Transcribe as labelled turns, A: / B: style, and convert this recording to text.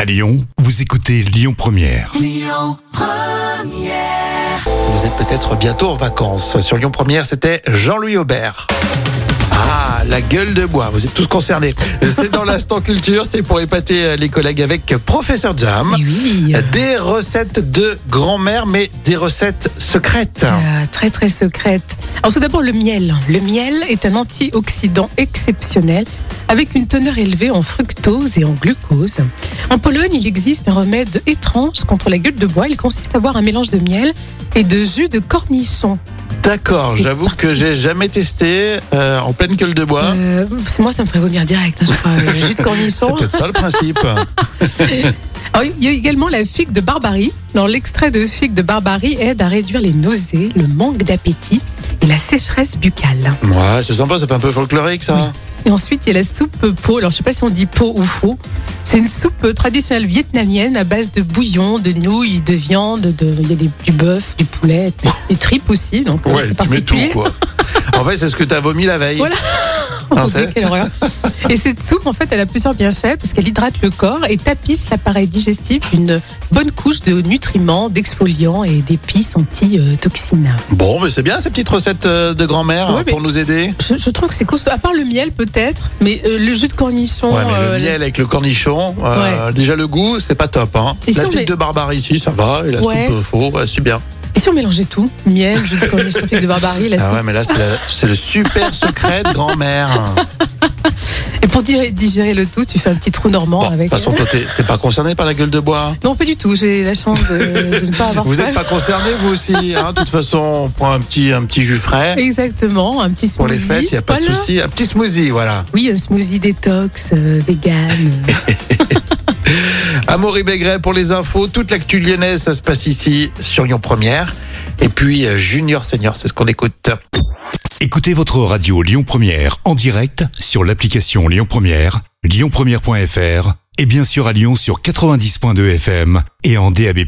A: À Lyon, vous écoutez Lyon Première.
B: Vous êtes peut-être bientôt en vacances. Sur Lyon Première, c'était Jean-Louis Aubert. Ah, la gueule de bois, vous êtes tous concernés. C'est dans l'instant culture, c'est pour épater euh, les collègues avec Professeur Jam.
C: Eh Oui.
B: Des recettes de grand-mère, mais des recettes secrètes.
C: Euh, très très secrète. Alors tout d'abord le miel. Le miel est un antioxydant exceptionnel avec une teneur élevée en fructose et en glucose. En Pologne, il existe un remède étrange contre la gueule de bois. Il consiste à boire un mélange de miel et de jus de cornichon.
B: D'accord,
C: C'est
B: j'avoue que j'ai jamais testé euh, en pleine gueule de bois.
C: Euh, c'est- moi, ça me ferait vomir direct. hein, je crois. Le jus de
B: C'est
C: cornichon.
B: peut-être ça le principe.
C: Alors, il y a également la figue de Barbarie. Dans l'extrait de figue de Barbarie aide à réduire les nausées, le manque d'appétit et la sécheresse buccale.
B: Ouais, c'est sympa, ça fait un peu folklorique ça.
C: Oui. Et ensuite, il y a la soupe po. Alors, je sais pas si on dit po ou faux. C'est une soupe traditionnelle vietnamienne à base de bouillon, de nouilles, de viande, de, il y a des- du bœuf, du poulet, des, des tripes aussi. Donc, euh,
B: Ouais,
C: c'est
B: tu mets tout
C: particulier.
B: quoi. En fait, c'est ce que t'as vomi la veille.
C: Voilà. Oh
B: Ah,
C: mon
B: c'est-
C: Dieu, quelle horreur. Et cette soupe, en fait, elle a plusieurs bienfaits parce qu'elle hydrate le corps et tapisse l'appareil digestif d'une bonne couche de nutriments, d'exfoliants et d'épices anti-toxines.
B: Bon, mais c'est bien ces petites recettes euh, de grand-mère
C: Ouais,
B: hein, pour
C: mais-
B: nous aider.
C: Je, je trouve que c'est costaud, à part le miel peut-être, mais euh, le jus de cornichon.
B: Ouais, mais
C: euh,
B: le miel avec le cornichon, euh, déjà le goût, c'est pas top. Hein.
C: Et si
B: la
C: on
B: figue
C: met-
B: de Barbare ici, ça va, et la
C: Ouais.
B: soupe euh, faux, ouais, c'est bien.
C: Et si on mélangeait tout Miel, jus de cornichon, figue de barbarie, la
B: Ah
C: soupe.
B: ouais, mais là, c'est la- c'est le super secret de grand-mère.
C: Et pour digérer, digérer le tout, tu fais un petit trou normand
B: Bon, de toute
C: Oh, avec. euh,
B: façon, toi, t'es t'es pas concerné par la gueule de bois.
C: Non, pas du tout, j'ai la chance de, de ne pas avoir
B: Vous
C: ça.
B: n'êtes pas concerné, vous aussi. hein. De toute façon, on prend un petit, un petit jus frais.
C: Exactement, un petit smoothie.
B: Pour les fêtes, il n'y a pas de
C: Voilà.
B: souci. Un petit smoothie, voilà.
C: Oui, un smoothie détox, euh, vegan.
B: Amaury Maigret pour les infos. Toute l'actu lyonnaise, ça se passe ici, sur Lyon Première. Et puis, euh, Junior Senior, c'est ce qu'on écoute.
A: Écoutez votre radio Lyon Première en direct sur l'application Lyon Première, lyonpremière.fr et bien sûr à Lyon sur 90.2 FM et en DAB+.